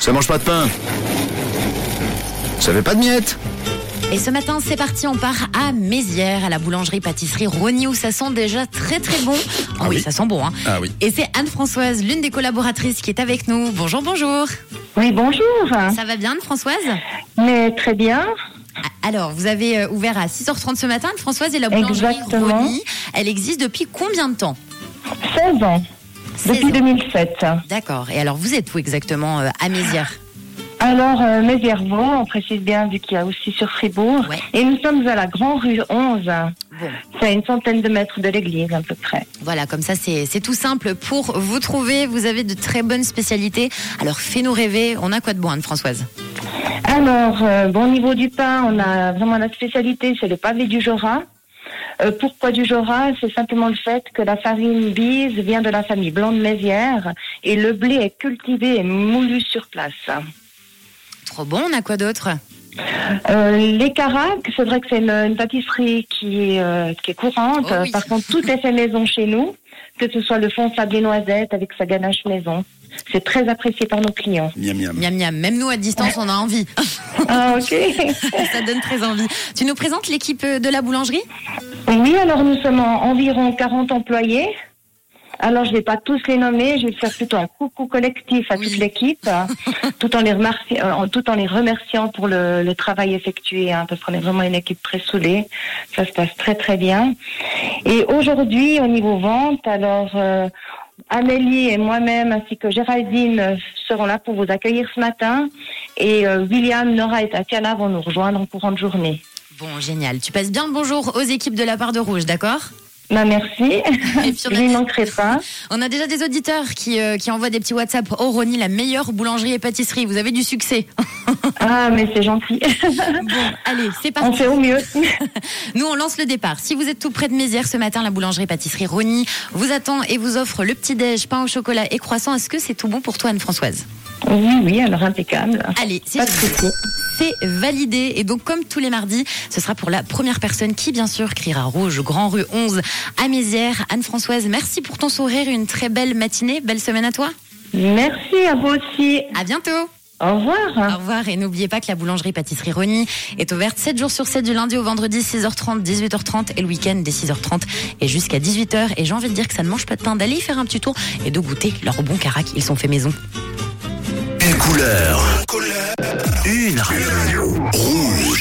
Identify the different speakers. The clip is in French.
Speaker 1: Ça mange pas de pain. Ça fait pas de miettes.
Speaker 2: Et ce matin, c'est parti, on part à Mézières, à la boulangerie-pâtisserie Rony, où ça sent déjà très très bon. Ah
Speaker 1: Ah
Speaker 2: oui,
Speaker 1: oui.
Speaker 2: ça sent bon. Hein.
Speaker 1: Ah oui.
Speaker 2: Et c'est Anne-Françoise, l'une des collaboratrices qui est avec nous. Bonjour, bonjour.
Speaker 3: Oui, bonjour.
Speaker 2: Ça va bien, Anne-Françoise
Speaker 3: Mais très bien.
Speaker 2: Ah, Alors, vous avez euh, ouvert à 6h30 ce matin, Anne-Françoise, et la boulangerie
Speaker 3: Exactement.
Speaker 2: Rony, elle existe depuis combien de temps
Speaker 3: 16 ans,
Speaker 2: 16
Speaker 3: depuis
Speaker 2: ans.
Speaker 3: 2007.
Speaker 2: D'accord. Et alors, vous êtes où exactement euh, à Mézières
Speaker 3: Alors, euh, mes Hervaux, on précise bien, vu qu'il y a aussi sur Fribourg.
Speaker 2: Ouais.
Speaker 3: Et nous sommes à la Grand Rue 11.
Speaker 2: Bon,
Speaker 3: C'est à une centaine de mètres de l'église, à peu près.
Speaker 2: voilà, comme ça, c'est c'est tout simple pour vous trouver. Vous avez de très bonnes spécialités. Alors, fais-nous rêver. On a quoi de bon, Anne-Françoise
Speaker 3: Alors, euh, bon, au niveau du pain, on a vraiment la spécialité, c'est le pavé du Jura. Euh, pourquoi du Jura C'est simplement le fait que la farine bise vient de la famille blanc de Mézières et le blé est cultivé et moulu sur place.
Speaker 2: Trop bon, on a quoi d'autre
Speaker 3: Euh, les caracs, c'est vrai que c'est une, une pâtisserie qui est, euh, qui est courante.
Speaker 2: Oh oui.
Speaker 3: Par contre, tout est fait maison chez nous, que ce soit le fond sablé noisette avec sa ganache maison. C'est très apprécié par nos clients.
Speaker 1: Miam miam.
Speaker 2: Miam miam, même nous à distance, on a envie.
Speaker 3: Ah, ok.
Speaker 2: Ça donne très envie. Tu nous présentes l'équipe euh, de la boulangerie
Speaker 3: Oui, alors nous sommes en- environ 40 employés. Alors, je vais pas tous les nommer, je vais faire plutôt un coucou collectif à
Speaker 2: Oui.
Speaker 3: toute l'équipe, euh, tout en les remerciant, euh, en- tout en les remerciant pour le, le travail effectué, hein, parce qu'on est vraiment une équipe très soudée. Ça se passe très très bien. Et aujourd'hui, au niveau vente, alors euh, Amélie et moi-même, ainsi que Géraldine, euh, seront là pour vous accueillir ce matin. Et euh, William, Nora et Tatiana vont nous rejoindre en courant de journée.
Speaker 2: Bon, génial. Tu passes bien le bonjour aux équipes de la part de Rouge, d'accord
Speaker 3: Ben, merci.
Speaker 2: Et puis,
Speaker 3: Je
Speaker 2: on a-
Speaker 3: n'y manquerai pas.
Speaker 2: On a déjà des auditeurs qui, euh, qui envoient des petits WhatsApp. Oh, Ronnie, la meilleure boulangerie et pâtisserie. Vous avez du succès.
Speaker 3: Ah, mais c'est gentil.
Speaker 2: Bon, allez, c'est
Speaker 3: On
Speaker 2: parti.
Speaker 3: fait au mieux.
Speaker 2: Nous, on lance le départ. Si vous êtes tout près de Mézières ce matin, la boulangerie-pâtisserie Ronnie vous attend et vous offre le petit-déj, pain au chocolat et croissant. Est-ce que c'est tout bon pour toi, Anne-Françoise
Speaker 3: Oui, oui, alors impeccable.
Speaker 2: Allez, c'est
Speaker 3: Pas de souci.
Speaker 2: c'est validé. Et donc, comme tous les mardis, ce sera pour la première personne qui, bien sûr, criera rouge, Grand Rue 11, à Mézières. Anne-Françoise, merci pour ton sourire et une très belle matinée. Belle semaine à toi.
Speaker 3: Merci à vous aussi.
Speaker 2: À bientôt.
Speaker 3: Au revoir.
Speaker 2: Au revoir. Et n'oubliez pas que la boulangerie-pâtisserie Rony est ouverte 7 jours sur 7 du lundi au vendredi, 6h30, 18h30 et le week-end dès 6h30 et jusqu'à 18h. Et j'ai envie de dire que ça ne mange pas de pain d'aller y faire un petit tour et de goûter leurs bons carac. Ils sont faits maison.
Speaker 1: Une couleur. Une radio. Rouge.